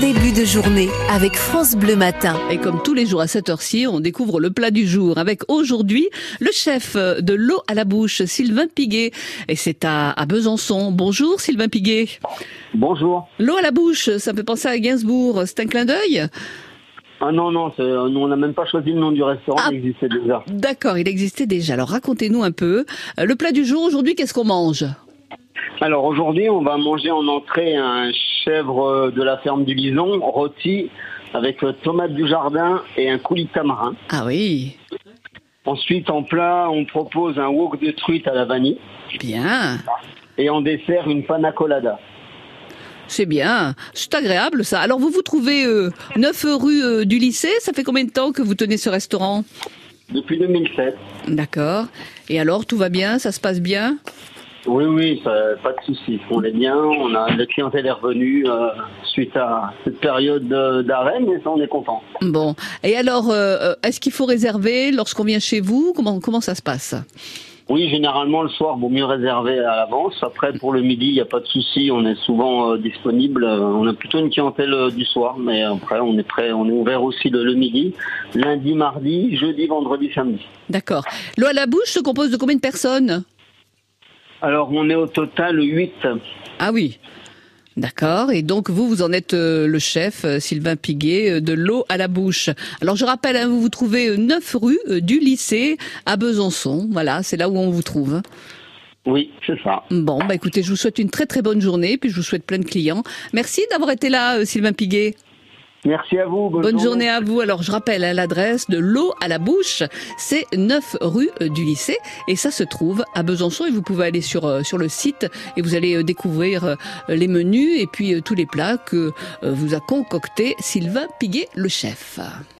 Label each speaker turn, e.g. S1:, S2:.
S1: début de journée avec France Bleu Matin.
S2: Et comme tous les jours à cette heure-ci, on découvre le plat du jour avec aujourd'hui le chef de l'eau à la bouche, Sylvain Piguet. Et c'est à, à Besançon. Bonjour Sylvain Piguet.
S3: Bonjour.
S2: L'eau à la bouche, ça me fait penser à Gainsbourg. C'est un clin d'œil
S3: Ah non, non, c'est- euh, nous, on n'a même pas choisi le nom du restaurant,
S2: Ah.
S3: il existait déjà.
S2: D'accord, il existait déjà. Alors racontez-nous un peu. Euh, Le plat du jour aujourd'hui, qu'est-ce qu'on mange
S3: Alors aujourd'hui, on va manger en entrée un chèvre euh, de la ferme du Lison, rôti, avec euh, tomate du jardin et un coulis de tamarin.
S2: Ah oui,
S3: Ensuite, en plat, on propose un wok de truite à la vanille
S2: bien.
S3: et en dessert, une panna colada.
S2: C'est bien, c'est agréable ça. Alors vous vous trouvez euh, 9 rue euh, du lycée, ça fait combien de temps que vous tenez ce restaurant
S3: Depuis 2007.
S2: D'accord. Et alors tout va bien, ça se passe bien
S3: Oui, oui, ça- pas de souci. On est bien, on a, la clientèle est revenue euh, suite à cette période euh, d'arrêt, mais ça, on est content.
S2: Bon. Et alors, euh, euh, est-ce qu'il faut réserver lorsqu'on vient chez vous Comment comment ça se passe
S3: Oui, généralement le soir, vaut mieux réserver à l'avance. Après, pour le midi, il n'y a pas de souci, on est souvent euh, disponible. Euh, on a plutôt une clientèle euh, du soir, mais après, on est prêt, on est ouvert aussi le, le midi, lundi, mardi, jeudi, vendredi, samedi.
S2: D'accord. L'eau à la bouche se compose de combien de personnes
S3: Alors, on est au total 8.
S2: Ah oui. D'accord. Et donc vous, vous en êtes euh, le chef, euh, Sylvain Piguet, euh, de l'eau à la bouche. Alors je rappelle, hein, vous vous trouvez euh, 9 rue euh, du lycée à Besançon. Voilà, c'est là où on vous trouve.
S3: Oui, c'est ça.
S2: Bon, bah écoutez, je vous souhaite une très très bonne journée, puis je vous souhaite plein de clients. Merci d'avoir été là, euh, Sylvain Piguet.
S3: Merci à vous.
S2: Bonne, journée. à vous. Alors, je rappelle hein, l'adresse de l'eau à la bouche. C'est 9 rue euh, du lycée et ça se trouve à Besançon et vous pouvez aller sur, euh, sur le site et vous allez euh, découvrir euh, les menus et puis euh, tous les plats que euh, vous a concocté Sylvain Piguet, le chef.